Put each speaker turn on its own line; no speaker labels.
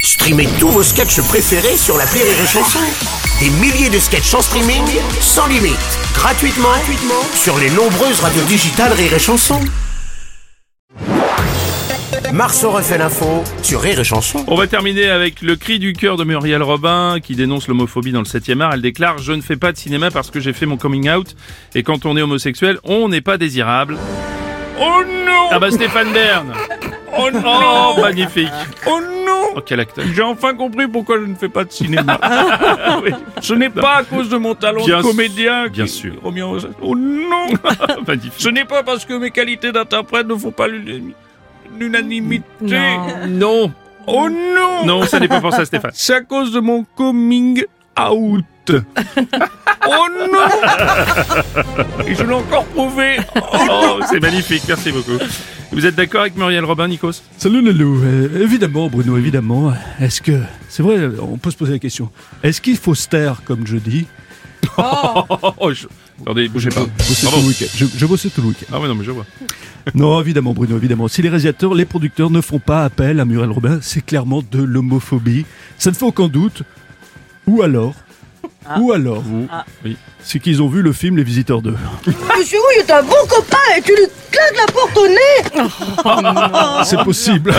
Streamez tous vos sketchs préférés sur la Rire et Chanson. Des milliers de sketchs en streaming, sans limite, gratuitement, gratuitement sur les nombreuses radios digitales Rire et Chanson. Marceau refait l'info sur Rire et Chanson.
On va terminer avec le cri du cœur de Muriel Robin qui dénonce l'homophobie dans le 7e art. Elle déclare Je ne fais pas de cinéma parce que j'ai fait mon coming out et quand on est homosexuel, on n'est pas désirable.
Oh non
Ah bah Stéphane Bern
Oh non
Oh magnifique
Oh non
Oh quel acteur
J'ai enfin compris pourquoi je ne fais pas de cinéma. Ce n'est pas à cause de mon talent
Ah Bien
de comédien
bien
qui-
sûr.
Oh, bien- Oh non
Magnifique
Ce n'est pas parce que mes qualités d'interprète ne font pas l'uni- l'unanimité.
Non.
Non
Oh non
Non, ça n'est pas pour ça Stéphane.
C'est à cause de mon coming out. oh non Et je l'ai encore prouvé.
Oh, c'est magnifique, merci beaucoup. Vous êtes d'accord avec Muriel Robin, Nikos
Salut Loulou, Euh, évidemment Bruno, évidemment. Est-ce que, c'est vrai, on peut se poser la question, est-ce qu'il faut se taire comme je dis
Oh, oh, je... Attendez, bougez pas.
Bosser
Bravo.
tout le week-end. je, je bossais tout le week-end.
Ah ouais, non mais je vois.
Non, évidemment Bruno, évidemment. Si les réalisateurs, les producteurs ne font pas appel à Muriel Robin, c'est clairement de l'homophobie. Ça ne fait aucun doute. Ou alors, ou alors,
Vous, oui.
c'est qu'ils ont vu le film Les Visiteurs 2.
Monsieur Wu est un bon copain et tu lui claques la porte au nez
c'est possible.